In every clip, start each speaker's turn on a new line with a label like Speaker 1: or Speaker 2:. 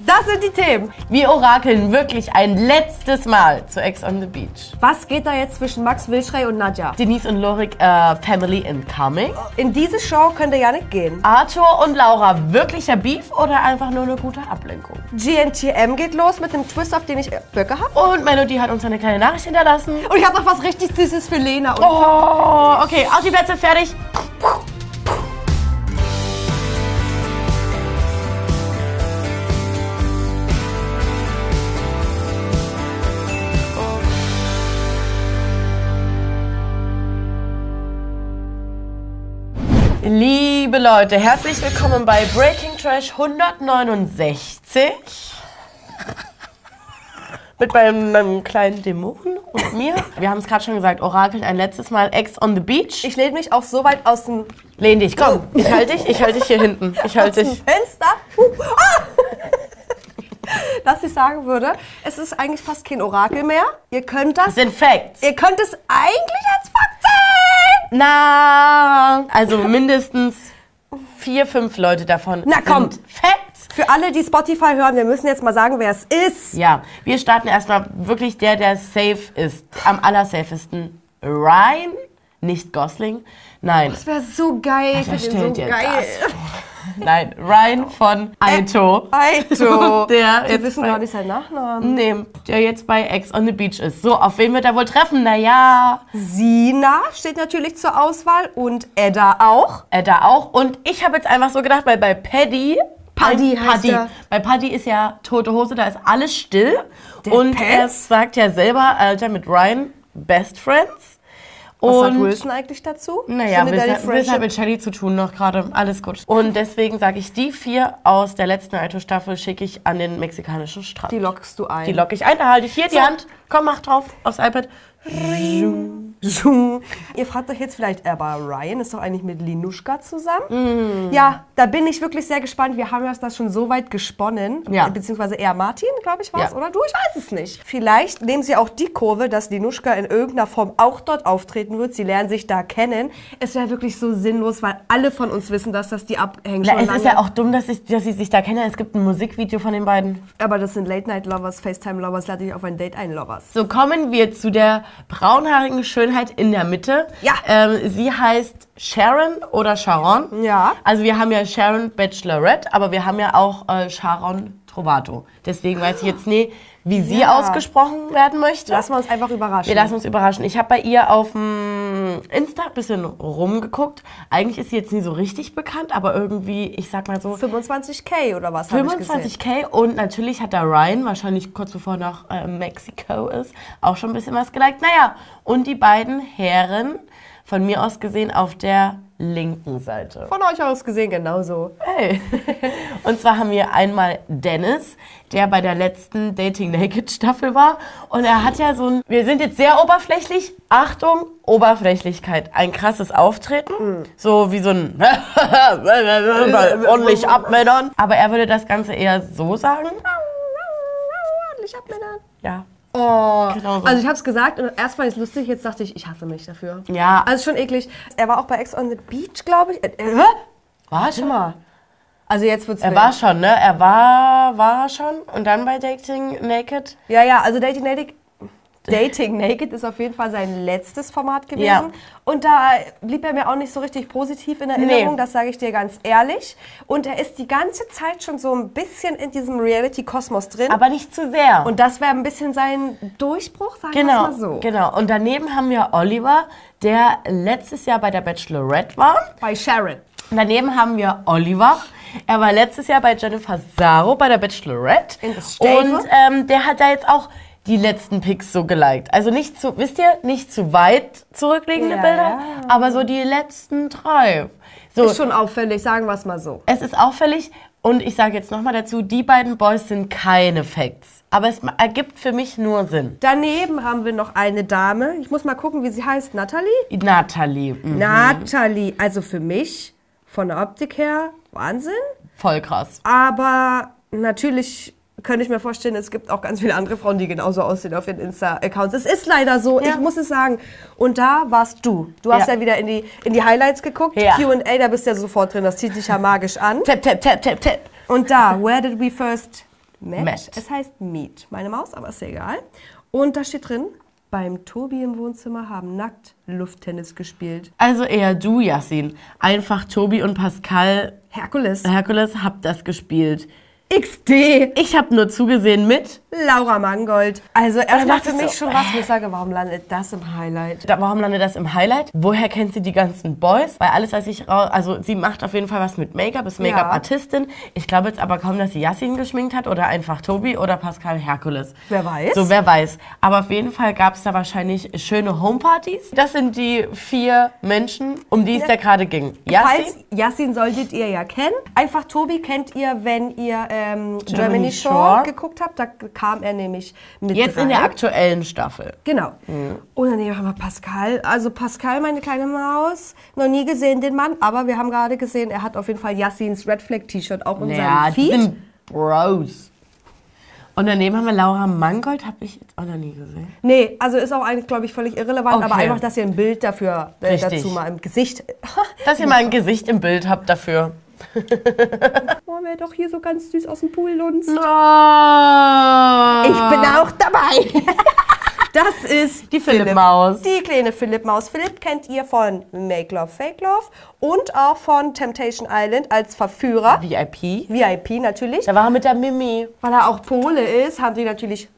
Speaker 1: Das sind die Themen.
Speaker 2: Wir orakeln wirklich ein letztes Mal zu Ex on the Beach.
Speaker 1: Was geht da jetzt zwischen Max Wilschrey und Nadja?
Speaker 2: Denise und Lorik, äh, Family Incoming.
Speaker 1: In diese Show könnte Janik gehen.
Speaker 2: Arthur und Laura, wirklicher Beef oder einfach nur eine gute Ablenkung?
Speaker 1: GNTM geht los mit dem Twist, auf den ich äh, Böcke habe.
Speaker 2: Und Melody hat uns eine kleine Nachricht hinterlassen.
Speaker 1: Und ich habe noch was richtig Süßes für Lena. Und
Speaker 2: Oh, okay, auf die Plätze, fertig. Liebe Leute, herzlich willkommen bei Breaking Trash 169 mit meinem, meinem kleinen Dämon und mir. Wir haben es gerade schon gesagt, Orakel ein letztes Mal Ex on the Beach.
Speaker 1: Ich lehne mich auch so weit aus dem,
Speaker 2: Lehn dich, komm. Ich halte dich, ich halte dich hier hinten. Ich
Speaker 1: aus
Speaker 2: halte
Speaker 1: dem
Speaker 2: dich.
Speaker 1: Fenster, Huh. ah! dass ich sagen würde, es ist eigentlich fast kein Orakel mehr. Ihr könnt das,
Speaker 2: Das sind Facts.
Speaker 1: ihr könnt es eigentlich als Fakt sehen.
Speaker 2: Na, also mindestens vier, fünf Leute davon.
Speaker 1: Na, komm.
Speaker 2: Sind Facts.
Speaker 1: Für alle, die Spotify hören, wir müssen jetzt mal sagen, wer es ist.
Speaker 2: Ja, wir starten erstmal wirklich der, der safe ist. Am allersafesten. Ryan, nicht Gosling. Nein.
Speaker 1: Das wäre so geil. Ich finde den
Speaker 2: Wer stellt
Speaker 1: so
Speaker 2: dir
Speaker 1: geil.
Speaker 2: das vor? Nein, Ryan von Aito.
Speaker 1: Aito.
Speaker 2: Der
Speaker 1: Wir
Speaker 2: jetzt
Speaker 1: wissen
Speaker 2: bei-
Speaker 1: gar nicht seinen Nachnamen.
Speaker 2: Nee, der jetzt bei Ex on the Beach ist. So, auf wen wird er wohl treffen? Naja,
Speaker 1: Sina steht natürlich zur Auswahl und Edda auch.
Speaker 2: äh, da auch. Und ich habe jetzt einfach so gedacht, weil bei Paddy.
Speaker 1: Paddy heißt
Speaker 2: Paddy.
Speaker 1: er.
Speaker 2: Bei Paddy ist ja tote Hose, da ist alles still. und
Speaker 1: Pet?
Speaker 2: er sagt ja selber, Alter, mit Ryan, Best Friends.
Speaker 1: Was sagt
Speaker 2: Und-
Speaker 1: Wilson eigentlich dazu?
Speaker 2: Naja,
Speaker 1: Findet er die
Speaker 2: was hat
Speaker 1: Friendship-
Speaker 2: mit Shelly zu tun noch gerade? Alles gut. Und deswegen sage ich, die vier aus der letzten Aito-Staffel schicke ich an den mexikanischen Strand.
Speaker 1: Die lockst du ein.
Speaker 2: Die locke ich ein, da halte ich hier die
Speaker 1: So.
Speaker 2: Hand. Komm, mach drauf, aufs iPad.
Speaker 1: Zoom. Ihr fragt euch jetzt vielleicht, aber Ryan ist doch eigentlich mit Linuschka zusammen?
Speaker 2: Mm.
Speaker 1: Ja, da bin ich wirklich sehr gespannt. Wir haben ja das schon so weit gesponnen.
Speaker 2: Ja.
Speaker 1: Beziehungsweise eher Martin, glaube ich, war es,
Speaker 2: Ja.
Speaker 1: oder du? Ich weiß es nicht. Vielleicht nehmen sie auch die Kurve, dass Linuschka in irgendeiner Form auch dort auftreten wird. Sie lernen sich da kennen. Es wäre wirklich so sinnlos, weil alle von uns wissen, dass das die abhängt.
Speaker 2: Na,
Speaker 1: schon
Speaker 2: es
Speaker 1: lange.
Speaker 2: ist ja auch dumm, dass, ich, dass sie sich da kennen. Es gibt ein Musikvideo von den beiden.
Speaker 1: Aber das sind Late-Night-Lovers, FaceTime-Lovers, lade ich auf ein Date ein, Lovers.
Speaker 2: So kommen wir zu der braunhaarigen Schönheit in der Mitte.
Speaker 1: Ja.
Speaker 2: Ähm, sie heißt Sharon oder Sharon.
Speaker 1: Ja.
Speaker 2: Also wir haben ja Sharon Bachelorette, aber wir haben ja auch äh, Sharon Trovato. Deswegen weiß ich jetzt nie, wie sie
Speaker 1: Ja.
Speaker 2: ausgesprochen werden möchte.
Speaker 1: Lassen wir uns einfach überraschen.
Speaker 2: Wir lassen uns überraschen. Ich habe bei ihr auf dem Insta ein bisschen rumgeguckt. Eigentlich ist sie jetzt nie so richtig bekannt, aber irgendwie, ich sag mal so,
Speaker 1: 25k oder was? hab ich gesehen.
Speaker 2: 25k und natürlich hat da Ryan, wahrscheinlich kurz bevor er nach äh, Mexiko ist, auch schon ein bisschen was geliked. Naja, und die beiden Herren, von mir aus gesehen, auf der linken Seite.
Speaker 1: Von euch aus gesehen genauso.
Speaker 2: Hey. Und zwar haben wir einmal Dennis, der bei der letzten Dating Naked Staffel war. Und er hat ja so ein, wir sind jetzt sehr oberflächlich. Achtung, Oberflächlichkeit. Ein krasses Auftreten.
Speaker 1: Mhm.
Speaker 2: So wie so ein ordentlich abmännern. Aber er würde das Ganze eher so sagen.
Speaker 1: Ich hab mir dann.
Speaker 2: Ja.
Speaker 1: Oh,
Speaker 2: Genau so.
Speaker 1: also ich hab's gesagt und erst fand ich's lustig, jetzt dachte ich, ich hasse mich dafür.
Speaker 2: Ja.
Speaker 1: Also schon eklig. Er war auch bei Ex on the Beach, glaube ich. Äh, äh,
Speaker 2: War
Speaker 1: Warte
Speaker 2: schon
Speaker 1: mal. Also jetzt wird's
Speaker 2: Er
Speaker 1: wild.
Speaker 2: war schon, ne? Er war, war er schon. Und dann bei Dating Naked.
Speaker 1: Ja, ja, also Dating Naked, Dating Naked ist auf jeden Fall sein letztes Format gewesen.
Speaker 2: Ja.
Speaker 1: Und da blieb er mir auch nicht so richtig positiv in Erinnerung,
Speaker 2: Nee.
Speaker 1: das sage ich dir ganz ehrlich. Und er ist die ganze Zeit schon so ein bisschen in diesem Reality-Kosmos drin.
Speaker 2: Aber nicht zu sehr.
Speaker 1: Mhm. und das wäre ein bisschen sein Durchbruch, sagen wir
Speaker 2: Genau,
Speaker 1: mal so.
Speaker 2: genau. Und daneben haben wir Oliver, der letztes Jahr bei der Bachelorette war.
Speaker 1: Bei Sharon.
Speaker 2: Und daneben haben wir Oliver. Er war letztes Jahr bei Jennifer Saro bei der Bachelorette.
Speaker 1: In das Stäbe.
Speaker 2: Und ähm, der hat da jetzt auch die letzten Picks so geliked. Also nicht zu, wisst ihr, nicht zu weit zurückliegende
Speaker 1: Ja,
Speaker 2: Bilder, aber so die letzten drei. So,
Speaker 1: Ist schon auffällig, sagen wir es mal so.
Speaker 2: es ist auffällig und ich sage jetzt nochmal dazu, die beiden Boys sind keine Facts. Aber es ma- ergibt für mich nur Sinn.
Speaker 1: Daneben haben wir noch eine Dame. Ich muss mal gucken, wie sie heißt. Natalie?
Speaker 2: Natalie, hm, mh,
Speaker 1: Natalie. Also für mich, von der Optik her, Wahnsinn.
Speaker 2: voll krass.
Speaker 1: Aber natürlich könnte ich mir vorstellen, es gibt auch ganz viele andere Frauen, die genauso aussehen auf ihren Insta-Accounts. Es ist leider so, ich muss es sagen. Und da warst du. Du hast ja,
Speaker 2: Ja.
Speaker 1: wieder in die, in die Highlights geguckt.
Speaker 2: Ja.
Speaker 1: QA, da bist du ja sofort drin, das zieht dich ja magisch an.
Speaker 2: Tap, tap, tap, tap, tap.
Speaker 1: Und da, where did we first Match.
Speaker 2: Matched.
Speaker 1: Es heißt Meet. Meine Maus, aber ist ja egal. Und da steht drin, beim Tobi im Wohnzimmer haben nackt Lufttennis gespielt.
Speaker 2: Also eher du, Yassin. Einfach Tobi und Pascal
Speaker 1: Herkules.
Speaker 2: Herkules habt das gespielt.
Speaker 1: XD.
Speaker 2: Ich habe nur zugesehen mit.
Speaker 1: Laura Mangold. Also erst
Speaker 2: Dann
Speaker 1: macht für
Speaker 2: dachte ich
Speaker 1: mich
Speaker 2: Äh, so,
Speaker 1: schon was, wo ich sage, warum landet das im Highlight?
Speaker 2: Da, warum landet das im Highlight? Woher kennt sie die ganzen Boys? Weil alles, was ich raus. Also, sie macht auf jeden Fall was mit Make-up, ist Make-up-Artistin. Ich glaube jetzt aber kaum, dass sie Yassin geschminkt hat oder einfach Tobi oder Pascal Herkules.
Speaker 1: Wer weiß.
Speaker 2: So, wer weiß. Aber auf jeden Fall gab es da wahrscheinlich schöne Homepartys. Das sind die vier Menschen, um die es da gerade ging.
Speaker 1: Falls
Speaker 2: Yassin,
Speaker 1: Yassin solltet ihr ja kennen. Einfach Tobi kennt ihr, wenn ihr ähm, Germany,
Speaker 2: Germany
Speaker 1: Shore,
Speaker 2: Shore.
Speaker 1: geguckt habt. Da kam er nämlich mit
Speaker 2: jetzt
Speaker 1: rein.
Speaker 2: in der aktuellen Staffel.
Speaker 1: Genau.
Speaker 2: Mhm.
Speaker 1: Und dann haben wir Pascal. Also Pascal, meine kleine Maus, noch nie gesehen den Mann, aber wir haben gerade gesehen, er hat auf jeden Fall Yassins Red Flag T-Shirt auch in
Speaker 2: Naja,
Speaker 1: seinem Feed.
Speaker 2: die sind Bros. Und daneben haben wir Laura Mangold, habe ich jetzt auch noch nie gesehen.
Speaker 1: Nee, also ist auch eigentlich, glaube ich, völlig irrelevant, aber
Speaker 2: Okay.
Speaker 1: einfach, dass ihr ein Bild dafür äh,
Speaker 2: Richtig.
Speaker 1: dazu mal im Gesicht.
Speaker 2: Dass ihr mal ein Gesicht im Bild habt dafür.
Speaker 1: Wollen wir doch hier so ganz süß aus dem Pool lunzen.
Speaker 2: No.
Speaker 1: Ich bin auch dabei. das ist
Speaker 2: die Philipp-Maus.
Speaker 1: Die kleine Philipp Maus. Philipp kennt ihr von Make Love, Fake Love und auch von Temptation Island als Verführer.
Speaker 2: VIP.
Speaker 1: VIP natürlich.
Speaker 2: Da war er mit der Mimi.
Speaker 1: Weil er auch Pole ist, haben die natürlich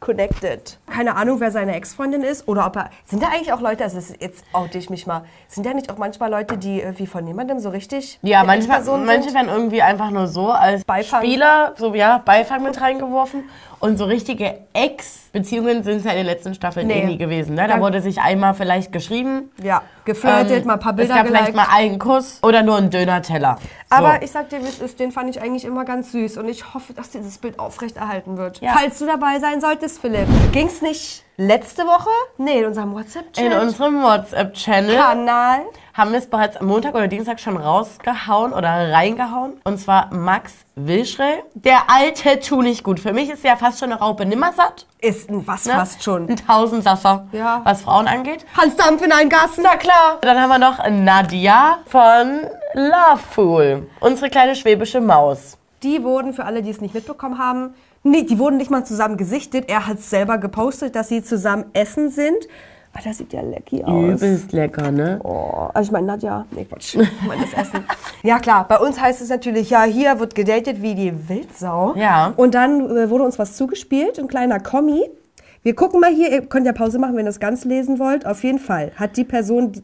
Speaker 1: connected. Keine Ahnung, wer seine Ex-Freundin ist oder ob er. Sind da eigentlich auch Leute, also das ist- jetzt oute ich mich mal, sind da nicht auch manchmal Leute, die irgendwie von niemandem so richtig.
Speaker 2: Ja,
Speaker 1: eine
Speaker 2: manchmal,
Speaker 1: Ex-Person
Speaker 2: manche
Speaker 1: sind?
Speaker 2: werden irgendwie einfach nur so als
Speaker 1: Beifang.
Speaker 2: Spieler, so ja, Beifang mit reingeworfen. Und so richtige Ex-Beziehungen sind es ja in den letzten Staffeln
Speaker 1: Nee.
Speaker 2: eh nie gewesen. Ne? Da
Speaker 1: Da-
Speaker 2: wurde sich einmal vielleicht geschrieben.
Speaker 1: Ja, geflirtet,
Speaker 2: Ähm,
Speaker 1: mal ein paar Bilder
Speaker 2: Es gab
Speaker 1: geliked.
Speaker 2: vielleicht mal einen Kuss oder nur einen Döner-Teller. So.
Speaker 1: Aber ich sag dir, wie es ist, den fand ich eigentlich immer ganz süß und ich hoffe, dass dieses Bild aufrechterhalten wird.
Speaker 2: Ja.
Speaker 1: Falls du dabei sein solltest, Philipp. Ging's nicht letzte Woche? Nee, in unserem
Speaker 2: in
Speaker 1: WhatsApp-Chat.
Speaker 2: unserem WhatsApp-Channel
Speaker 1: Kanal.
Speaker 2: haben wir es bereits am Montag oder Dienstag schon rausgehauen oder reingehauen. Und zwar Max Wilschrey. Der alte Tu nicht gut. Für mich ist er ja fast schon eine Raupe Nimmersatt.
Speaker 1: Ist ein was
Speaker 2: ne?
Speaker 1: fast schon.
Speaker 2: Ein Tausendsasser,
Speaker 1: Ja.
Speaker 2: was Frauen angeht.
Speaker 1: Hans Dampf in einen Gassen.
Speaker 2: Na klar. Dann haben wir noch Nadia von Love Fool. Unsere kleine schwäbische Maus.
Speaker 1: Die wurden, für alle, die es nicht mitbekommen haben, nee, die wurden nicht mal zusammen gesichtet. Er hat selber gepostet, dass sie zusammen essen sind. Ah, das sieht ja lecky aus.
Speaker 2: lecker, ne?
Speaker 1: Oh, also ich meine, Nadja. Nee, Quatsch. Ich meine das Essen. ja, klar. Bei uns heißt es natürlich, ja, hier wird gedatet wie die Wildsau.
Speaker 2: Ja.
Speaker 1: Und dann äh, wurde uns was zugespielt, ein kleiner Kommi. Wir gucken mal hier, ihr könnt ja Pause machen, wenn ihr das ganz lesen wollt. Auf jeden Fall hat die Person, die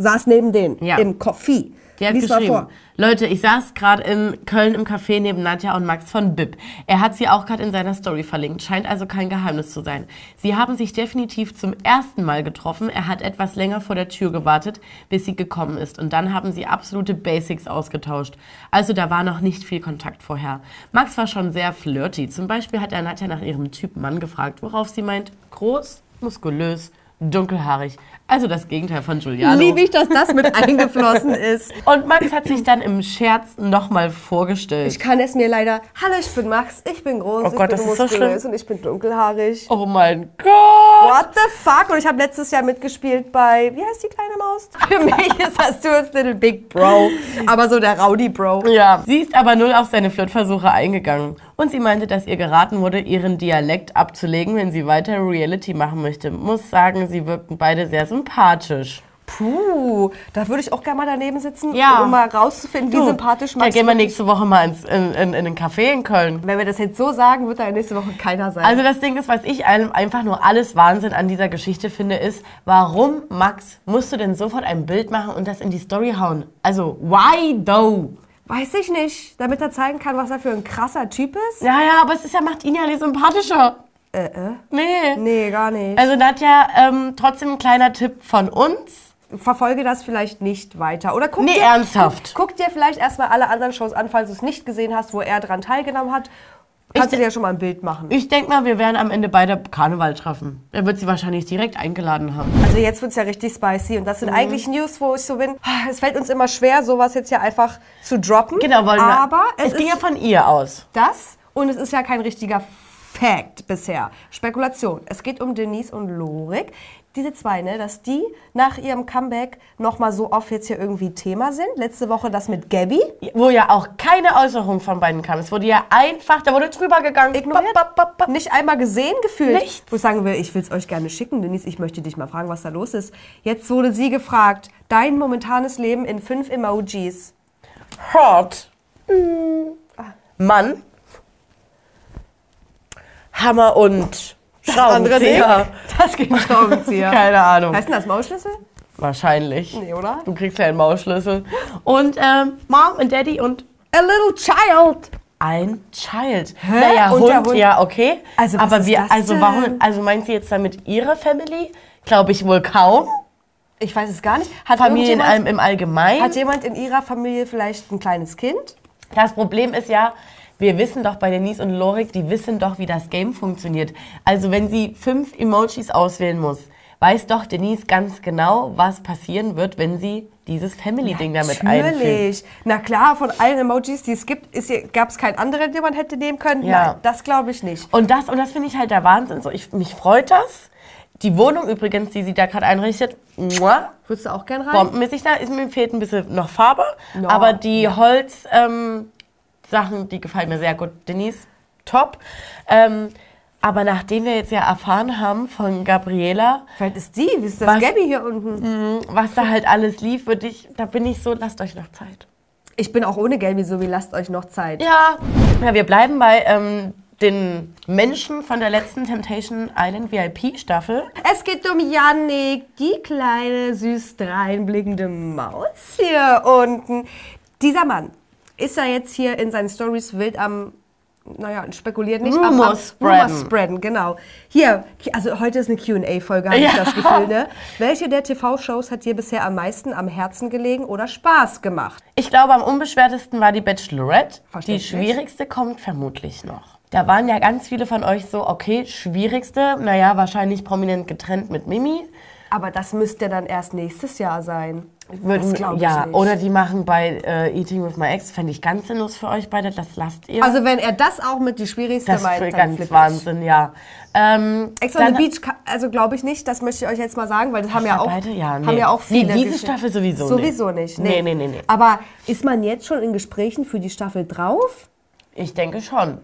Speaker 1: saß neben denen
Speaker 2: Ja.
Speaker 1: im Koffee.
Speaker 2: Die hat
Speaker 1: Lies mal
Speaker 2: geschrieben.
Speaker 1: vor.
Speaker 2: Leute, ich saß gerade in Köln im Café neben Nadja und Max von Bib. Er hat sie auch gerade in seiner Story verlinkt. Scheint also kein Geheimnis zu sein. Sie haben sich definitiv zum ersten Mal getroffen. Er hat etwas länger vor der Tür gewartet, bis sie gekommen ist. Und dann haben sie absolute Basics ausgetauscht. Also da war noch nicht viel Kontakt vorher. Max war schon sehr flirty. Zum Beispiel hat er Nadja nach ihrem Typ Mann gefragt, worauf sie meint, groß, muskulös, dunkelhaarig. Also das Gegenteil von Giuliano.
Speaker 1: Liebe ich, dass das mit eingeflossen ist.
Speaker 2: Und Max hat sich dann im Scherz nochmal vorgestellt.
Speaker 1: Ich kann es mir leider. Hallo, ich bin Max, ich bin groß, ich
Speaker 2: Oh
Speaker 1: bin
Speaker 2: Gott, das ist so
Speaker 1: muskulös und ich bin dunkelhaarig.
Speaker 2: oh mein Oh Gott!
Speaker 1: What the fuck? Und ich habe letztes Jahr mitgespielt bei, wie heißt die kleine Maus? Für mich ist das Stuart's Little Big Bro, aber so der Rowdy Bro.
Speaker 2: Ja, sie ist aber null auf seine Flirtversuche eingegangen. Und sie meinte, dass ihr geraten wurde, ihren Dialekt abzulegen, wenn sie weiter Reality machen möchte. Muss sagen, sie wirkten beide sehr sympathisch.
Speaker 1: Puh, da würde ich auch gerne mal daneben sitzen,
Speaker 2: Ja.
Speaker 1: um mal rauszufinden, wie sympathisch
Speaker 2: Da
Speaker 1: Max
Speaker 2: gehen wir nächste Woche mal ins, in, in, in den Café in Köln.
Speaker 1: Wenn wir das jetzt so sagen, wird da ja nächste Woche keiner sein.
Speaker 2: Also das Ding ist, was ich ein- einfach nur alles Wahnsinn an dieser Geschichte finde, ist, warum, Max, musst du denn sofort ein Bild machen und das in die Story hauen? Also, why though?
Speaker 1: Weiß ich nicht, damit er zeigen kann, was er für ein krasser Typ ist.
Speaker 2: Ja, ja, aber es ist ja, macht ihn ja nicht sympathischer. Äh, äh. Nee.
Speaker 1: Nee, gar nicht.
Speaker 2: Also Nadja, ähm, trotzdem ein kleiner Tipp von uns.
Speaker 1: Verfolge das vielleicht nicht weiter. Oder guck
Speaker 2: Nee,
Speaker 1: dir
Speaker 2: ernsthaft.
Speaker 1: Guck dir vielleicht erstmal alle anderen Shows an, falls du es nicht gesehen hast, wo er dran teilgenommen hat. Kannst du dir ja schon mal ein Bild machen.
Speaker 2: Ich denke mal, wir werden am Ende beide Karneval treffen. Er wird sie wahrscheinlich direkt eingeladen haben.
Speaker 1: Also jetzt wird es ja richtig spicy und das
Speaker 2: Mhm.
Speaker 1: sind eigentlich News, wo ich so bin, ah, es fällt uns immer schwer, sowas jetzt ja einfach zu droppen.
Speaker 2: Genau, wollen wir.
Speaker 1: Aber
Speaker 2: es
Speaker 1: es,
Speaker 2: ging ja
Speaker 1: ist
Speaker 2: von ihr aus.
Speaker 1: das und es ist ja kein richtiger Fact bisher. Spekulation. Es geht um Denise und Lorik. Diese zwei, ne, dass die nach ihrem Comeback nochmal so oft jetzt hier irgendwie Thema sind. Letzte Woche das mit Gabby.
Speaker 2: Wo ja auch keine Äußerung von beiden kam. Es wurde ja einfach, da wurde drüber gegangen.
Speaker 1: Ignoriert.
Speaker 2: Bap, bap, bap, bap.
Speaker 1: Nicht einmal gesehen gefühlt.
Speaker 2: Nichts.
Speaker 1: Wo ich sagen will, ich will es euch gerne schicken, Denise. Ich möchte dich mal fragen, was da los ist. Jetzt wurde sie gefragt, dein momentanes Leben in fünf Emojis.
Speaker 2: Hot. Mann. Hammer und Schraubenzieher.
Speaker 1: Das geht ein Schraubenzieher.
Speaker 2: Keine Ahnung.
Speaker 1: Heißt denn das Maulschlüssel?
Speaker 2: Wahrscheinlich.
Speaker 1: Nee, oder?
Speaker 2: Du kriegst ja einen Maulschlüssel. Und ähm, Mom und Daddy und
Speaker 1: A little child.
Speaker 2: ein Child. Naja,
Speaker 1: Und
Speaker 2: Hund,
Speaker 1: der Hund-
Speaker 2: ja, okay.
Speaker 1: Also, was
Speaker 2: Aber
Speaker 1: ist
Speaker 2: wir,
Speaker 1: das
Speaker 2: also
Speaker 1: denn?
Speaker 2: warum, also meint sie jetzt damit ihre Family? Glaube ich wohl kaum.
Speaker 1: Ich weiß es gar nicht. Hat
Speaker 2: Familien
Speaker 1: irgendjemand-
Speaker 2: im, im Allgemeinen.
Speaker 1: Hat jemand in ihrer Familie vielleicht ein kleines Kind?
Speaker 2: Das Problem ist ja, wir wissen doch bei Denise und Lorik, die wissen doch, wie das Game funktioniert. Also wenn sie fünf Emojis auswählen muss, weiß doch Denise ganz genau, was passieren wird, wenn sie dieses Family-Ding damit einfügt.
Speaker 1: Natürlich. Na klar, von allen Emojis, die es gibt, gab es keinen anderen, den man hätte nehmen können.
Speaker 2: Ja.
Speaker 1: Nein, das glaube ich nicht.
Speaker 2: Und das, und das finde ich halt der Wahnsinn. So, ich, mich freut das. Die Wohnung übrigens, die sie da gerade einrichtet, mua,
Speaker 1: Würdest du auch gern rein?
Speaker 2: bombenmäßig da. Ist, mir fehlt ein bisschen noch Farbe,
Speaker 1: Ja.
Speaker 2: aber die Holz-Sachen, die gefallen mir sehr gut. Denise, top. Ähm, aber nachdem wir jetzt ja erfahren haben von Gabriela,
Speaker 1: Vielleicht ist die, wie ist das
Speaker 2: Was?
Speaker 1: Gabby hier unten?
Speaker 2: was da halt alles lief, würde ich, da bin ich so, lasst euch noch Zeit.
Speaker 1: Ich bin auch ohne Gabby so, wie lasst euch noch Zeit.
Speaker 2: Ja. ja wir bleiben bei ähm, den Menschen von der letzten Temptation Island VIP-Staffel.
Speaker 1: Es geht um Yannick, die kleine, süß dreinblickende Maus hier unten. Dieser Mann ist ja jetzt hier in seinen Stories wild am, naja, spekuliert nicht, am- am
Speaker 2: Rumor spreaden.
Speaker 1: Rumor spreaden, genau. Hier, also heute ist eine Q&A-Folge, habe ich
Speaker 2: Ja.
Speaker 1: das Gefühl, ne? Welche der TV-Shows hat dir bisher am meisten am Herzen gelegen oder Spaß gemacht?
Speaker 2: Ich glaube, am unbeschwertesten war die Bachelorette. Die
Speaker 1: Verständlich.
Speaker 2: schwierigste kommt vermutlich noch. Da waren ja ganz viele von euch so, okay, schwierigste, naja, wahrscheinlich prominent getrennt mit Mimi.
Speaker 1: Aber das müsste dann erst nächstes Jahr sein.
Speaker 2: Würden-
Speaker 1: glaub ich
Speaker 2: ja,
Speaker 1: nicht.
Speaker 2: oder die machen bei äh, Eating with My Ex, fände ich ganz sinnlos für euch beide, das lasst ihr.
Speaker 1: Also wenn er das auch mit die schwierigste
Speaker 2: das
Speaker 1: meint,
Speaker 2: ist
Speaker 1: dann
Speaker 2: ganz
Speaker 1: flipp ich.
Speaker 2: Wahnsinn, ja. Ähm,
Speaker 1: Ex on the Beach, ka- also glaube ich nicht, das möchte ich euch jetzt mal sagen, weil das haben ja auch,
Speaker 2: beide? Ja,
Speaker 1: haben
Speaker 2: nee.
Speaker 1: ja auch
Speaker 2: Nee,
Speaker 1: viele.
Speaker 2: diese
Speaker 1: gesch-
Speaker 2: Staffel sowieso nicht.
Speaker 1: Sowieso nicht. Nee.
Speaker 2: Nee, nee, nee, nee.
Speaker 1: Aber ist man jetzt schon in Gesprächen für die Staffel drauf?
Speaker 2: Ich denke schon.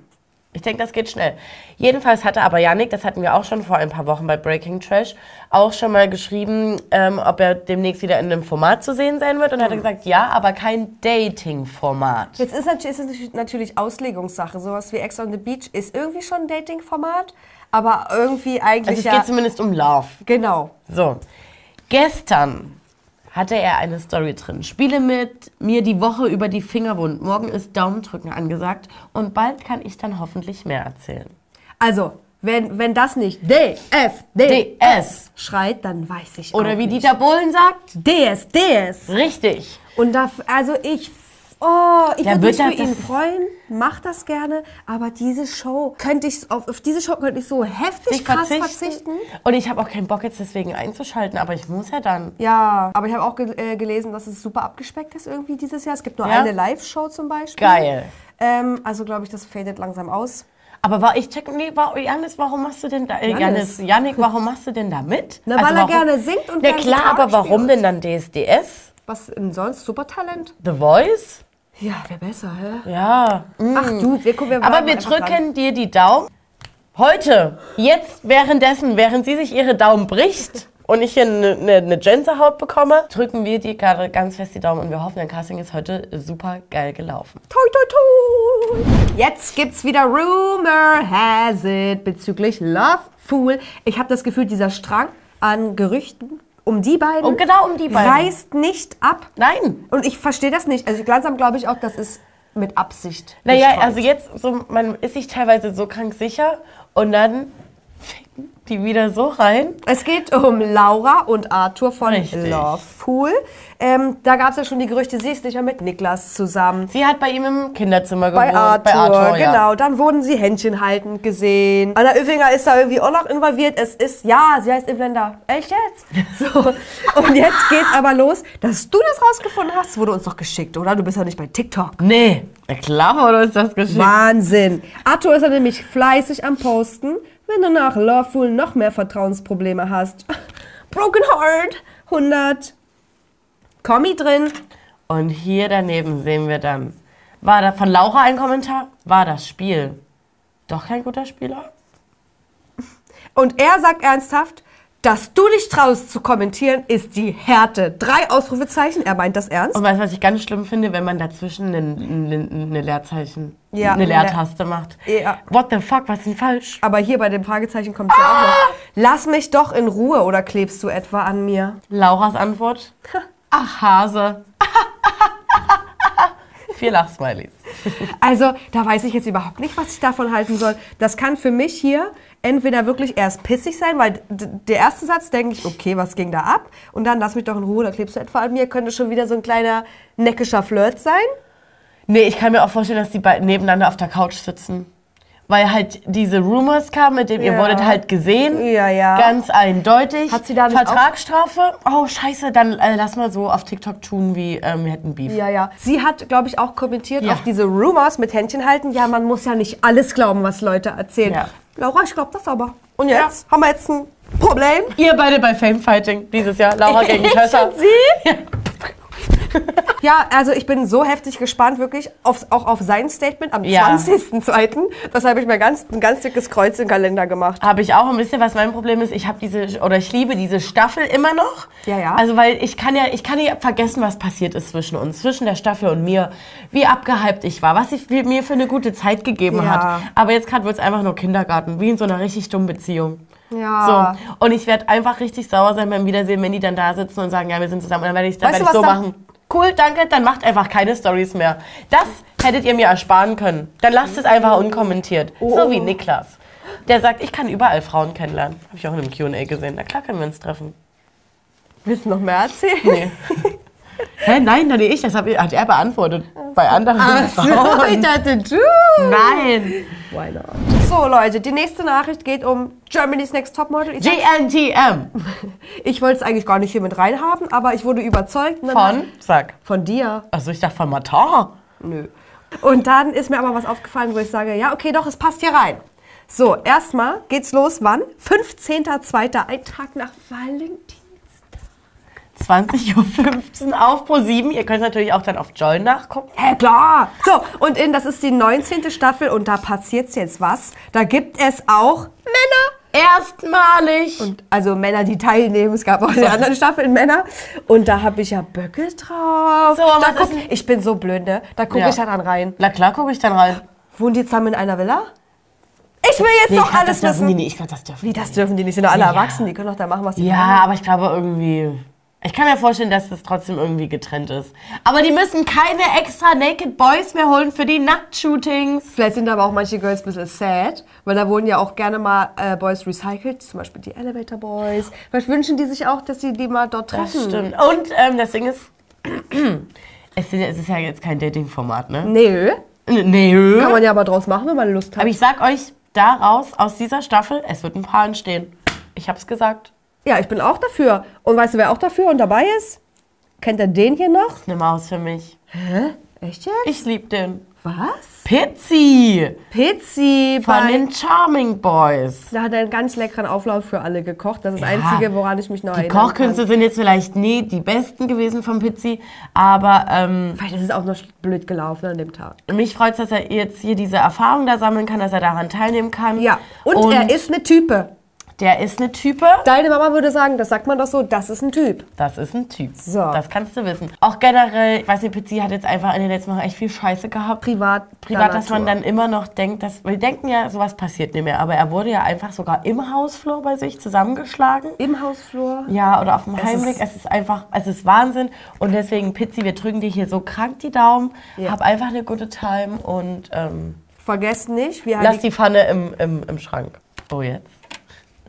Speaker 2: Ich denke, das geht schnell. Jedenfalls hatte aber Yannick, das hatten wir auch schon vor ein paar Wochen bei Breaking Trash, auch schon mal geschrieben, ähm, ob er demnächst wieder in einem Format zu sehen sein wird. Und hat er gesagt, ja, aber kein Dating-Format.
Speaker 1: Jetzt Hm. ist natürlich, ist es natürlich Auslegungssache. Sowas wie Ex on the Beach ist irgendwie schon ein Dating-Format, aber irgendwie
Speaker 2: Also es
Speaker 1: eigentlich
Speaker 2: geht
Speaker 1: ja.
Speaker 2: zumindest um Love.
Speaker 1: Genau.
Speaker 2: So, gestern hatte er eine Story drin. Spiele mit mir die Woche über die Finger wund. Morgen ist Daumendrücken angesagt und bald kann ich dann hoffentlich mehr erzählen.
Speaker 1: Also, wenn, wenn das nicht D, F, D,
Speaker 2: DS.
Speaker 1: schreit, dann weiß ich
Speaker 2: Oder
Speaker 1: auch
Speaker 2: wie
Speaker 1: nicht.
Speaker 2: Dieter Bohlen sagt,
Speaker 1: DS, DS.
Speaker 2: richtig.
Speaker 1: Und da, f- also ich, f- oh, ich
Speaker 2: Da
Speaker 1: würde
Speaker 2: wird
Speaker 1: mich für
Speaker 2: das-
Speaker 1: ihn freuen, mach das gerne, aber diese Show könnte ich, auf, auf diese Show könnte ich so heftig
Speaker 2: Ich
Speaker 1: krass
Speaker 2: verzichten.
Speaker 1: verzichten.
Speaker 2: Und ich habe auch keinen Bock jetzt deswegen einzuschalten, aber ich muss ja dann.
Speaker 1: Ja, aber ich habe auch ge äh, gelesen, dass es super abgespeckt ist irgendwie dieses Jahr. Es gibt nur
Speaker 2: Ja?
Speaker 1: eine Live-Show zum Beispiel.
Speaker 2: Geil.
Speaker 1: Ähm, also glaube ich, das fadet langsam aus.
Speaker 2: Aber war ich check, nee, war, Janis, warum machst du denn da, äh,
Speaker 1: Janis.
Speaker 2: Janis, Janik, warum machst du denn da mit? Also
Speaker 1: Na, weil er
Speaker 2: warum,
Speaker 1: gerne singt und
Speaker 2: Ja
Speaker 1: gerne
Speaker 2: klar,
Speaker 1: Gitarre
Speaker 2: aber warum
Speaker 1: spielt.
Speaker 2: denn dann DSDS?
Speaker 1: Was denn sonst? Supertalent?
Speaker 2: The Voice?
Speaker 1: Ja, wäre besser, hä?
Speaker 2: Ja.
Speaker 1: Ach du, wir gucken, wir
Speaker 2: Hm. Aber
Speaker 1: bleiben
Speaker 2: wir
Speaker 1: einfach
Speaker 2: drücken
Speaker 1: dran.
Speaker 2: dir die Daumen. Heute, jetzt, währenddessen, während sie sich ihre Daumen bricht und ich hier eine ne, ne Gänsehaut bekomme, drücken wir dir gerade ganz fest die Daumen und wir hoffen, dein Casting ist heute super geil gelaufen.
Speaker 1: Toi, toi, toi. Jetzt gibt's wieder Rumor Has It bezüglich Love Fool. Ich habe das Gefühl, dieser Strang an Gerüchten um die beiden,
Speaker 2: Und genau um die beiden.
Speaker 1: reißt nicht ab.
Speaker 2: Nein,
Speaker 1: Und ich verstehe das nicht. Also langsam glaube ich auch, das ist mit Absicht.
Speaker 2: Naja,
Speaker 1: gestreut.
Speaker 2: also jetzt, so, man ist sich teilweise so krank sicher und dann ficken die wieder so rein.
Speaker 1: Es geht um Laura und Arthur von
Speaker 2: Richtig.
Speaker 1: Love Fool. Ähm, da gab es ja schon die Gerüchte, sie ist nicht mehr mit Niklas zusammen.
Speaker 2: Sie hat bei ihm im Kinderzimmer gewohnt.
Speaker 1: Bei Arthur,
Speaker 2: ja.
Speaker 1: genau. Dann wurden sie Händchen haltend gesehen. Anna Öffinger ist da irgendwie auch noch involviert. Es ist, ja, sie heißt Evelenda. Echt jetzt? So. Und jetzt geht's aber los, dass du das rausgefunden hast. Wurde uns doch geschickt, oder? Du bist ja nicht bei TikTok.
Speaker 2: Nee, na klar wurde uns das geschickt.
Speaker 1: Wahnsinn. Arthur ist ja nämlich fleißig am Posten, wenn du nach Loveful noch mehr Vertrauensprobleme hast. Broken Heart 100. Kommi drin.
Speaker 2: Und hier daneben sehen wir dann, war da von Laura ein Kommentar? War das Spiel doch kein guter Spieler?
Speaker 1: Und er sagt ernsthaft, dass du dich traust zu kommentieren, ist die Härte. Drei Ausrufezeichen, er meint das ernst.
Speaker 2: Und weißt du, was ich ganz schlimm finde, wenn man dazwischen eine Leerzeichen,
Speaker 1: Ja,
Speaker 2: eine Leertaste macht?
Speaker 1: Ja.
Speaker 2: What the fuck, was ist denn falsch?
Speaker 1: Aber hier bei dem Fragezeichen kommt es ja auch noch. Lass mich doch in Ruhe oder klebst du etwa an mir?
Speaker 2: Lauras Antwort? Ach, Hase. Vier Lachsmileys.
Speaker 1: Also, da weiß ich jetzt überhaupt nicht, was ich davon halten soll. Das kann für mich hier entweder wirklich erst pissig sein, weil d- der erste Satz denke ich, okay, was ging da ab? Und dann lass mich doch in Ruhe, da klebst du etwa an mir, könnte schon wieder so ein kleiner neckischer Flirt sein.
Speaker 2: Nee, ich kann mir auch vorstellen, dass die beiden nebeneinander auf der Couch sitzen. Weil halt diese Rumors kamen, mit dem ihr
Speaker 1: Ja.
Speaker 2: wurdet halt gesehen.
Speaker 1: Ja, ja.
Speaker 2: Ganz eindeutig.
Speaker 1: Hat sie da nicht
Speaker 2: Vertragsstrafe? Oh, scheiße, dann äh, lass mal so auf TikTok tun, wie ähm, wir hätten Beef.
Speaker 1: Ja, ja. Sie hat, glaube ich, auch kommentiert
Speaker 2: Ja.
Speaker 1: auf diese Rumors mit Händchen halten. Ja, man muss ja nicht alles glauben, was Leute erzählen.
Speaker 2: Ja.
Speaker 1: Laura, ich glaube das aber. Und jetzt haben wir jetzt ein Problem.
Speaker 2: Ihr beide bei Fame Fighting dieses Jahr. Laura gegen Tessa.
Speaker 1: Und Sie? Ja, also ich bin so heftig gespannt, wirklich, aufs, auch auf sein Statement am
Speaker 2: Ja.
Speaker 1: 20.02. Das habe ich mir ganz, ein ganz dickes Kreuz im Kalender gemacht.
Speaker 2: Habe ich auch ein bisschen, was mein Problem ist. Ich habe diese oder ich liebe diese Staffel immer noch.
Speaker 1: Ja, ja.
Speaker 2: Also weil ich kann ja, ich kann ja vergessen, was passiert ist zwischen uns, zwischen der Staffel und mir, wie abgehypt ich war, was ich wie- mir für eine gute Zeit gegeben
Speaker 1: Ja.
Speaker 2: hat. Aber jetzt gerade wird es einfach nur Kindergarten, wie in so einer richtig dummen Beziehung.
Speaker 1: Ja.
Speaker 2: So. Und ich werde einfach richtig sauer sein beim Wiedersehen, wenn die dann da sitzen und sagen, ja, wir sind zusammen. Und dann werde ich, dann
Speaker 1: Weißt
Speaker 2: werd
Speaker 1: du,
Speaker 2: ich so
Speaker 1: was da-
Speaker 2: machen. Cool, danke, dann macht einfach keine Stories mehr. Das hättet ihr mir ersparen können. Dann lasst es einfach unkommentiert.
Speaker 1: Oh.
Speaker 2: So wie Niklas. Der sagt, ich kann überall Frauen kennenlernen. Habe ich auch in einem QA gesehen. Na klar können wir uns treffen.
Speaker 1: Willst du noch mehr erzählen?
Speaker 2: Nee. Hä? Nein, dann ich. Das hab ich, hat er beantwortet. Bei anderen
Speaker 1: ich
Speaker 2: Frauen.
Speaker 1: dachte, du.
Speaker 2: Nein.
Speaker 1: Why not? So, Leute, die nächste Nachricht geht um Germany's Next Topmodel. Ich,
Speaker 2: GNTM.
Speaker 1: ich wollte es eigentlich gar nicht hier mit reinhaben, aber ich wurde überzeugt. Und dann-
Speaker 2: Von? Sag.
Speaker 1: Von dir.
Speaker 2: Achso, ich dachte von Matar.
Speaker 1: Nö. Und dann ist mir aber was aufgefallen, wo ich sage, ja, okay, doch, es passt hier rein. So, erstmal geht's los, wann? 15.02., ein Tag nach Valentin.
Speaker 2: 20.15 Uhr auf Pro7. Ihr könnt natürlich auch dann auf Join nachgucken.
Speaker 1: Hä, klar. So, und in, das ist die 19. Staffel und da passiert's jetzt was. Da gibt es auch Männer.
Speaker 2: Erstmalig.
Speaker 1: Und, also Männer, die teilnehmen. Es gab auch in der anderen Staffel Männer. Und da habe ich ja Böcke drauf.
Speaker 2: So,
Speaker 1: da
Speaker 2: aber was
Speaker 1: guck,
Speaker 2: ist denn-
Speaker 1: ich bin so blöd, ne? Da gucke
Speaker 2: Ja.
Speaker 1: ich ja dann rein.
Speaker 2: Na klar, gucke ich dann rein.
Speaker 1: Wohnen die zusammen in einer Villa? Ich will jetzt
Speaker 2: Nee, ich
Speaker 1: doch
Speaker 2: glaub,
Speaker 1: alles
Speaker 2: das dürfen
Speaker 1: wissen.
Speaker 2: die nicht. Ich glaub, das dürfen
Speaker 1: Wie, das dürfen die nicht? Sind doch alle erwachsen, die können doch da machen, was die
Speaker 2: Ja, aber ich glaube irgendwie. Ich kann mir vorstellen, dass das trotzdem irgendwie getrennt ist. Aber die müssen keine extra Naked Boys mehr holen für die Nacktshootings.
Speaker 1: Vielleicht sind aber auch manche Girls ein bisschen sad, weil da wurden ja auch gerne mal äh, Boys recycelt, zum Beispiel die Elevator Boys. Vielleicht wünschen die sich auch, dass sie die mal dort treffen.
Speaker 2: Stimmt. Und ähm, das Ding ist, es, sind, es ist ja jetzt kein Dating-Format, ne?
Speaker 1: Nö.
Speaker 2: N- Nee.
Speaker 1: Kann man ja aber draus machen, wenn man Lust hat.
Speaker 2: Aber Hm? ich sag euch, daraus, aus dieser Staffel, es wird ein Paar entstehen. Ich hab's gesagt.
Speaker 1: ja, ich bin auch dafür. Und weißt du, wer auch dafür und dabei ist? Kennt ihr den hier noch?
Speaker 2: Eine Maus für mich.
Speaker 1: Echt jetzt?
Speaker 2: Ich lieb den.
Speaker 1: Was?
Speaker 2: Pizzi
Speaker 1: Pizzi.
Speaker 2: von
Speaker 1: bei-
Speaker 2: den Charming Boys.
Speaker 1: Da hat er einen ganz leckeren Auflauf für alle gekocht. Das ist das
Speaker 2: Ja.
Speaker 1: Einzige, woran ich mich noch
Speaker 2: Die
Speaker 1: erinnern kann.
Speaker 2: Kochkünste sind jetzt vielleicht nie die besten gewesen von Pizzi, aber ähm,
Speaker 1: Vielleicht ist es auch noch blöd gelaufen an dem Tag.
Speaker 2: mich freut es, dass er jetzt hier diese Erfahrung da sammeln kann, dass er daran teilnehmen kann.
Speaker 1: Ja, und, er ist eine Type.
Speaker 2: Der ist eine Type.
Speaker 1: Deine Mama würde sagen, das sagt man doch so, das ist ein Typ.
Speaker 2: Das ist ein Typ.
Speaker 1: So.
Speaker 2: Das kannst du wissen. Auch generell, ich weiß nicht, Pizzi hat jetzt einfach in den letzten Wochen echt viel Scheiße gehabt.
Speaker 1: Privat.
Speaker 2: Privat, dass man dann immer noch denkt, dass wir denken ja, sowas passiert nicht mehr, aber er wurde ja einfach sogar im Hausflur bei sich zusammengeschlagen.
Speaker 1: Im Hausflur.
Speaker 2: Ja, oder auf dem Heimweg.
Speaker 1: ist-
Speaker 2: es ist einfach, es ist Wahnsinn. Und deswegen, Pizzi, wir drücken dir hier so krank die Daumen.
Speaker 1: Ja.
Speaker 2: Hab einfach eine gute Time und ähm,
Speaker 1: Vergesst nicht, wir
Speaker 2: lass
Speaker 1: haben
Speaker 2: die Pfanne im, im, im Schrank. Oh, jetzt.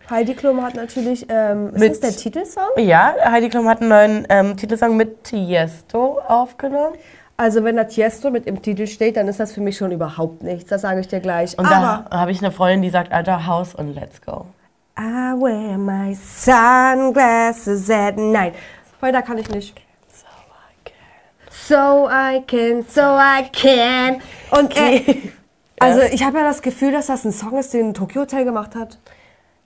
Speaker 1: Heidi Klum hat natürlich, ähm, ist
Speaker 2: Mit-
Speaker 1: das der Titelsong?
Speaker 2: Oh Ja, Heidi Klum hat einen neuen ähm, Titelsong mit Tiesto aufgenommen.
Speaker 1: Also wenn da Tiesto mit im Titel steht, dann ist das für mich schon überhaupt nichts. Das sage ich dir gleich.
Speaker 2: Und
Speaker 1: Aber
Speaker 2: da habe ich eine Freundin, die sagt, Alter, House und Let's Go.
Speaker 1: I wear my sunglasses at night. Weil da kann ich nicht. So I can, so I can. Und äh, also ich habe ja das Gefühl, dass das ein Song ist, den Tokyo Hotel gemacht hat.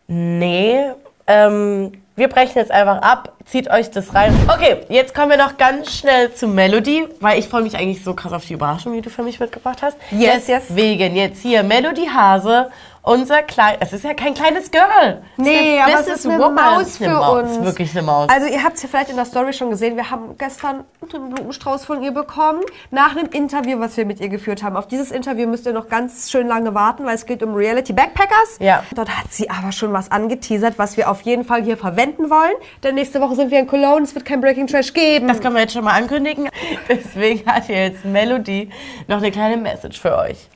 Speaker 2: Nee, ähm, wir brechen jetzt einfach ab. Zieht euch das rein. Okay, jetzt kommen wir noch ganz schnell zu Melody, weil ich freue mich eigentlich so krass auf die Überraschung, die du für mich mitgebracht hast.
Speaker 1: Yes, yes.
Speaker 2: Deswegen jetzt hier Melody Hase, unser klein, es ist ja kein kleines Girl.
Speaker 1: Nee, aber es ist eine
Speaker 2: Businesswoman.
Speaker 1: Maus
Speaker 2: Es ist eine
Speaker 1: für
Speaker 2: Maus,
Speaker 1: uns.
Speaker 2: Es ist wirklich eine Maus.
Speaker 1: Also ihr habt es ja vielleicht in der Story schon gesehen, wir haben gestern einen Blumenstrauß von ihr bekommen, nach einem Interview, was wir mit ihr geführt haben. Auf dieses Interview müsst ihr noch ganz schön lange warten, weil es geht um Reality Backpackers.
Speaker 2: Ja.
Speaker 1: Dort hat sie aber schon was angeteasert, was wir auf jeden Fall hier verwenden wollen. Denn nächste Woche sind wir in Cologne, es wird kein Breaking Trash geben.
Speaker 2: das können wir jetzt schon mal ankündigen. Deswegen hat hier jetzt Melody noch eine kleine Message für euch.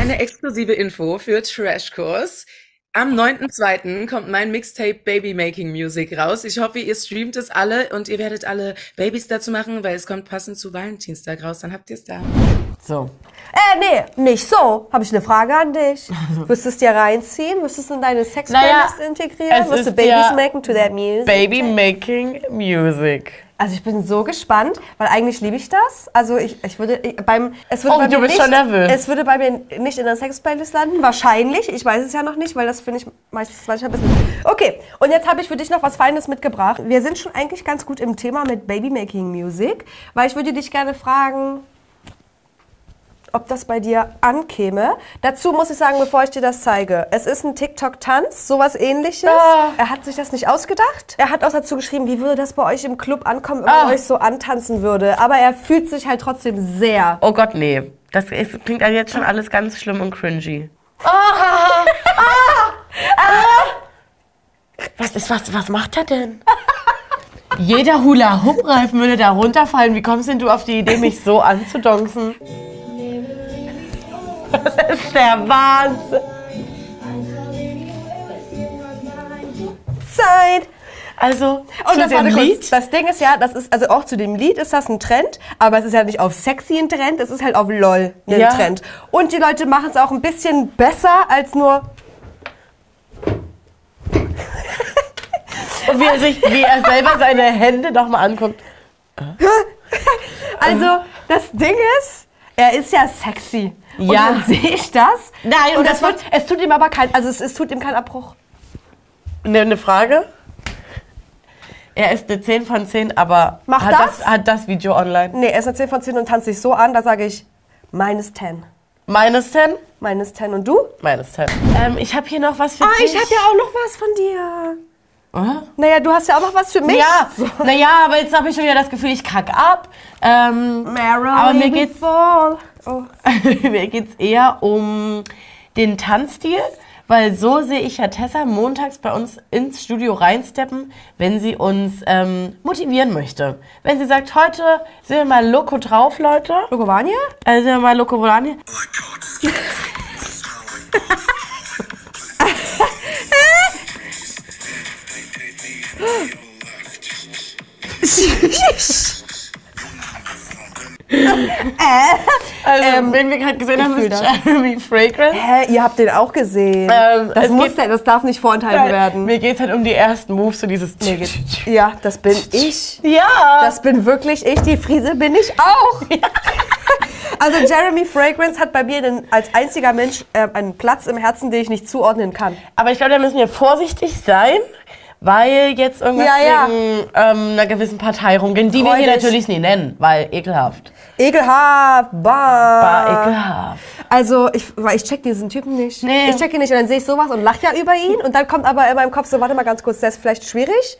Speaker 3: Eine exklusive Info für Trashkurs. Am 9.2. kommt mein Mixtape Baby Making Music raus. Ich hoffe, ihr streamt es alle und ihr werdet alle Babys dazu machen, weil es kommt passend zu Valentinstag raus. Dann habt ihr es da.
Speaker 2: So.
Speaker 1: äh, nee, nicht so. Habe ich eine Frage an dich. Würdest du dir reinziehen? Würdest du in deine Sexplaylist
Speaker 2: Naja,
Speaker 1: integrieren?
Speaker 2: es
Speaker 1: Würdest du
Speaker 2: ist
Speaker 1: Babys
Speaker 2: ja
Speaker 1: maken to that music?
Speaker 2: Baby making music.
Speaker 1: Also ich bin so gespannt, weil eigentlich liebe ich das. Also ich, ich würde ich, beim es würde
Speaker 2: Oh,
Speaker 1: bei
Speaker 2: du
Speaker 1: mir
Speaker 2: bist
Speaker 1: nicht,
Speaker 2: schon nervös.
Speaker 1: Es würde bei mir nicht in der Sexplaylist landen, wahrscheinlich. Ich weiß es ja noch nicht, weil das finde ich meistens manchmal ein bisschen. Okay, und jetzt habe ich für dich noch was Feines mitgebracht. Wir sind schon eigentlich ganz gut im Thema mit Babymaking Music, weil ich würde dich gerne fragen, ob das bei dir ankäme. Dazu muss ich sagen, bevor ich dir das zeige, es ist ein TikTok-Tanz, sowas ähnliches.
Speaker 2: Ah.
Speaker 1: Er hat sich das nicht ausgedacht. Er hat auch dazu geschrieben, wie würde das bei euch im Club ankommen, wenn man
Speaker 2: Ah.
Speaker 1: euch so antanzen würde. Aber er fühlt sich halt trotzdem sehr.
Speaker 2: Oh Gott, nee. Das ist, klingt also jetzt schon alles ganz schlimm und cringy. Ah! Was ist, was, was macht er denn? Jeder Hula-Hoop-Reifen würde da runterfallen. Wie kommst denn du auf die Idee, mich so anzudonsen? Das ist der Wahnsinn.
Speaker 1: Zeit.
Speaker 2: Also,
Speaker 1: Und das,
Speaker 2: zu
Speaker 1: war
Speaker 2: dem
Speaker 1: eine Kunst.
Speaker 2: Lied.
Speaker 1: das Ding ist ja, das ist, also auch zu dem Lied ist das ein Trend, aber es ist ja nicht auf sexy ein Trend, es ist halt auf lol ein
Speaker 2: Ja.
Speaker 1: Trend. Und die Leute machen es auch ein bisschen besser als nur
Speaker 2: Und wie er, sich, wie er selber seine Hände nochmal anguckt.
Speaker 1: Also, das Ding ist, er ist ja sexy. Und
Speaker 2: Ja.
Speaker 1: dann sehe ich das.
Speaker 2: Nein,
Speaker 1: und,
Speaker 2: und
Speaker 1: das
Speaker 2: das
Speaker 1: wird, es tut ihm aber kein, also es, es tut ihm keinen Abbruch.
Speaker 2: Eine ne Frage? Er ist eine 10 von 10, aber
Speaker 1: Macht
Speaker 2: hat
Speaker 1: das?
Speaker 2: hat das Video online?
Speaker 1: Nee, er ist eine 10 von 10 und tanzt sich so an, da sage ich, minus 10.
Speaker 2: Minus 10?
Speaker 1: Minus 10 und du?
Speaker 2: Meines Teils. Ähm, ich habe hier noch was für dich.
Speaker 1: Ah, hab auch noch was von dir.
Speaker 2: Oder?
Speaker 1: Naja, du hast ja auch noch was für mich.
Speaker 2: Ja, naja, aber jetzt habe ich schon wieder das Gefühl, ich kack ab. Ähm,
Speaker 1: Mara,
Speaker 2: Aber mir geht's-
Speaker 1: Fall. Oh.
Speaker 2: mir geht's eher um den Tanzstil, weil so sehe ich ja Tessa montags bei uns ins Studio reinsteppen, wenn sie uns ähm, motivieren möchte. Wenn sie sagt, heute sind wir mal loco drauf, Leute.
Speaker 1: Logovania?
Speaker 2: Äh, sind wir mal loco volani.
Speaker 1: Äh.
Speaker 2: Also, wenn wir gerade gesehen haben,
Speaker 1: Ähm, fühl
Speaker 2: ist
Speaker 1: das.
Speaker 2: Jeremy Fragrance.
Speaker 1: Hä, ihr habt den auch gesehen.
Speaker 2: Ähm,
Speaker 1: das
Speaker 2: es
Speaker 1: muss,
Speaker 2: geht-
Speaker 1: der- das darf nicht vorenthalten werden.
Speaker 2: Mir geht's halt um die ersten Moves, so dieses... Mir geht's.
Speaker 1: Ja, das bin ich.
Speaker 2: Ja!
Speaker 1: Das bin wirklich ich, die Friese bin ich auch. Also Jeremy Fragrance hat bei mir den, als einziger Mensch äh, einen Platz im Herzen, den ich nicht zuordnen kann.
Speaker 2: Aber ich glaube, da müssen wir vorsichtig sein, weil jetzt irgendwas
Speaker 1: Ja, ja.
Speaker 2: wegen ähm, einer gewissen Partei rumgehen, die wir hier
Speaker 1: Freudig.
Speaker 2: natürlich nie nennen, weil ekelhaft.
Speaker 1: Ekelhaft,
Speaker 2: War
Speaker 1: bah.
Speaker 2: ekelhaft.
Speaker 1: Also ich, weil ich check diesen Typen nicht.
Speaker 2: Nee.
Speaker 1: Ich check ihn nicht und dann sehe ich sowas und lache ja über ihn und dann kommt aber in meinem Kopf so, warte mal ganz kurz, der ist vielleicht schwierig?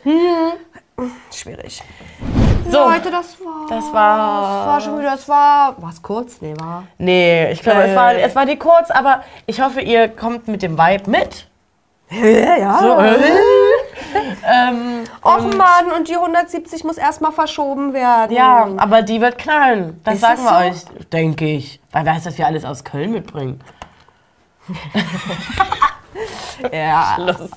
Speaker 1: Schwierig.
Speaker 2: Hm. So,
Speaker 1: Leute, das war,
Speaker 2: das war.
Speaker 1: das war schon wieder, das war, war es kurz? Nee, war.
Speaker 2: Nee, ich glaube,
Speaker 1: Äh.
Speaker 2: es, war, es war die kurz, aber ich hoffe, ihr kommt mit dem Vibe mit.
Speaker 1: Hä, ja.
Speaker 2: So, äh. ähm,
Speaker 1: Och Mann, und die 170 muss erstmal verschoben werden.
Speaker 2: ja, aber die wird knallen. Das
Speaker 1: Ist
Speaker 2: sagen
Speaker 1: das
Speaker 2: wir euch, denke ich. Weil wer weiß, dass wir alles aus Köln mitbringen. Ja. Schluss.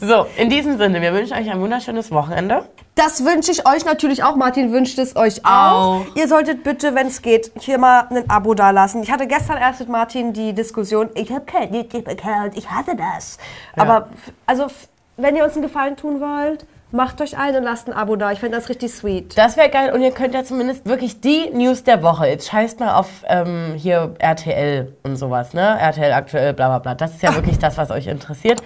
Speaker 2: So, in diesem Sinne, wir wünschen euch ein wunderschönes Wochenende.
Speaker 1: Das wünsche ich euch natürlich auch. Martin wünscht es euch auch.
Speaker 2: Auch.
Speaker 1: Ihr solltet bitte, wenn es geht, hier mal ein Abo dalassen. Ich hatte gestern erst mit Martin die Diskussion, ich habe keinen YouTube-Account, ich hasse das. Aber f- also, f- wenn ihr uns einen Gefallen tun wollt, macht euch ein und lasst ein Abo da. Ich finde das richtig sweet.
Speaker 2: Das wäre geil und ihr könnt ja zumindest wirklich die News der Woche. Jetzt scheißt mal auf ähm, hier RTL und sowas, ne? RTL aktuell, bla bla bla. Das ist ja wirklich das, was euch interessiert.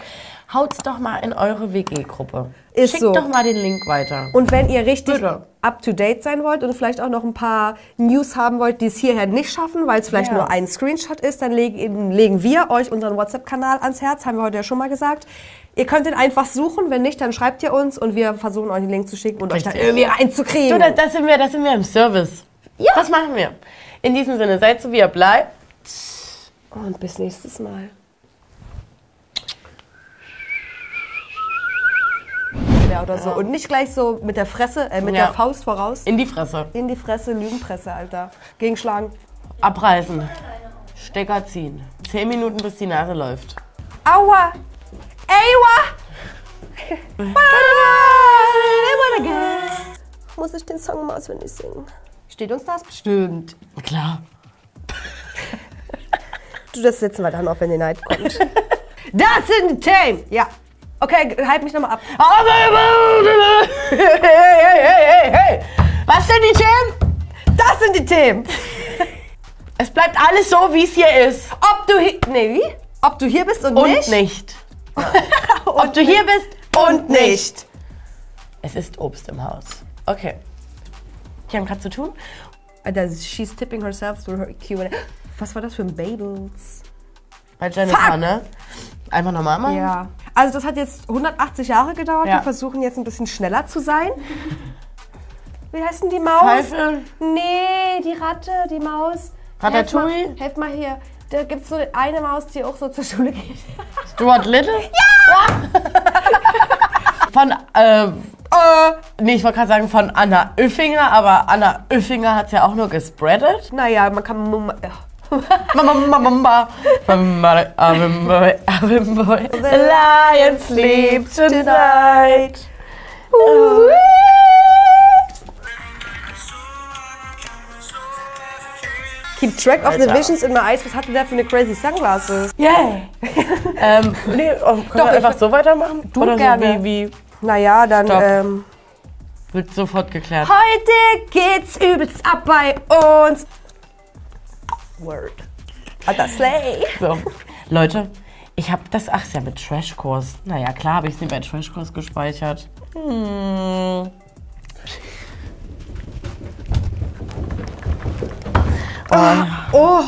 Speaker 2: Haut's doch mal in eure WG-Gruppe.
Speaker 1: Ist
Speaker 2: Schickt
Speaker 1: so.
Speaker 2: doch mal den Link weiter.
Speaker 1: Und wenn ihr richtig
Speaker 2: Bitte.
Speaker 1: up-to-date sein wollt und vielleicht auch noch ein paar News haben wollt, die es hierher nicht schaffen, weil es vielleicht
Speaker 2: Ja.
Speaker 1: nur ein Screenshot ist, dann legen, legen wir euch unseren WhatsApp-Kanal ans Herz, haben wir heute ja schon mal gesagt. Ihr könnt ihn einfach suchen, wenn nicht, dann schreibt ihr uns und wir versuchen euch den Link zu schicken und euch
Speaker 2: Richtig.
Speaker 1: da irgendwie
Speaker 2: Du,
Speaker 1: reinzukriegen.
Speaker 2: das, das, sind wir, das sind wir im Service. Ja. Das machen wir. In diesem Sinne, seid so wie ihr bleibt.
Speaker 1: und bis nächstes Mal. Ja, oder so. Und nicht gleich so mit der Fresse, äh, mit
Speaker 2: Ja.
Speaker 1: der Faust voraus.
Speaker 2: In die Fresse.
Speaker 1: In die Fresse, Lügenpresse, Alter. Gegenschlagen.
Speaker 2: Abreißen. Stecker ziehen. Zehn Minuten, bis die Nase läuft.
Speaker 1: Aua! Aua! Aua, again. Muss ich den Song mal auswendig singen? Steht uns das bestimmt.
Speaker 2: Klar.
Speaker 1: Du, das setzen wir dann auf, wenn die Night kommt. Das in the Tame! Ja. Okay, halt mich nochmal ab.
Speaker 2: Hey, hey, hey, hey, hey. Was denn die Themen?
Speaker 1: Das sind die Themen!
Speaker 2: Es bleibt alles so, wie es hier ist.
Speaker 1: Ob du hier. Nee, wie? Ob du hier bist und,
Speaker 2: Und
Speaker 1: nicht?
Speaker 2: nicht. Ob du hier bist und,
Speaker 1: Und
Speaker 2: nicht.
Speaker 1: nicht.
Speaker 2: Es ist Obst im Haus. Okay. Die haben gerade zu tun.
Speaker 1: Alter, she's äh, tipping herself through her Q&A. Was war das für ein Babels?
Speaker 2: Bei Jennifer,
Speaker 1: Fuck.
Speaker 2: ne? Einfach nochmal machen.
Speaker 1: Ja. Also das hat jetzt 180 Jahre gedauert.
Speaker 2: Ja.
Speaker 1: Wir versuchen jetzt ein bisschen schneller zu sein. Wie heißt denn die Maus?
Speaker 2: Pfeife.
Speaker 1: Nee, die Ratte, die Maus.
Speaker 2: Ratatouille?
Speaker 1: Helft mal, helft mal hier. Da gibt es so eine Maus, die auch so zur Schule geht.
Speaker 2: Stuart Little? Ja! Von, ähm, äh, nee, ich wollte gerade sagen von Anna Öffinger, aber Anna Öffinger hat's ja auch nur gespreadet.
Speaker 1: Naja, man kann... Mum- ja.
Speaker 2: Mama, mama, mama. Mama, I'm boy, I'm boy. The lion sleeps tonight.
Speaker 1: Keep track of the
Speaker 2: Alter.
Speaker 1: visions in my eyes. Was hatte der für eine crazy Sunglasses?
Speaker 2: Yay! Ähm, nee, oh, können
Speaker 1: Doch,
Speaker 2: wir
Speaker 1: ich
Speaker 2: einfach
Speaker 1: würd-
Speaker 2: so weitermachen?
Speaker 1: Du
Speaker 2: Oder
Speaker 1: gerne.
Speaker 2: so wie, wie,
Speaker 1: Naja, dann...
Speaker 2: Stopp.
Speaker 1: Ähm,
Speaker 2: wird sofort geklärt.
Speaker 1: heute geht's übelst ab bei uns. Word. Alter, Slay.
Speaker 2: So. Leute, ich habe das, ach, ist ja mit Trashkurs. Naja, klar habe ich es nicht bei Trashkurs gespeichert. Hm.
Speaker 1: Oh.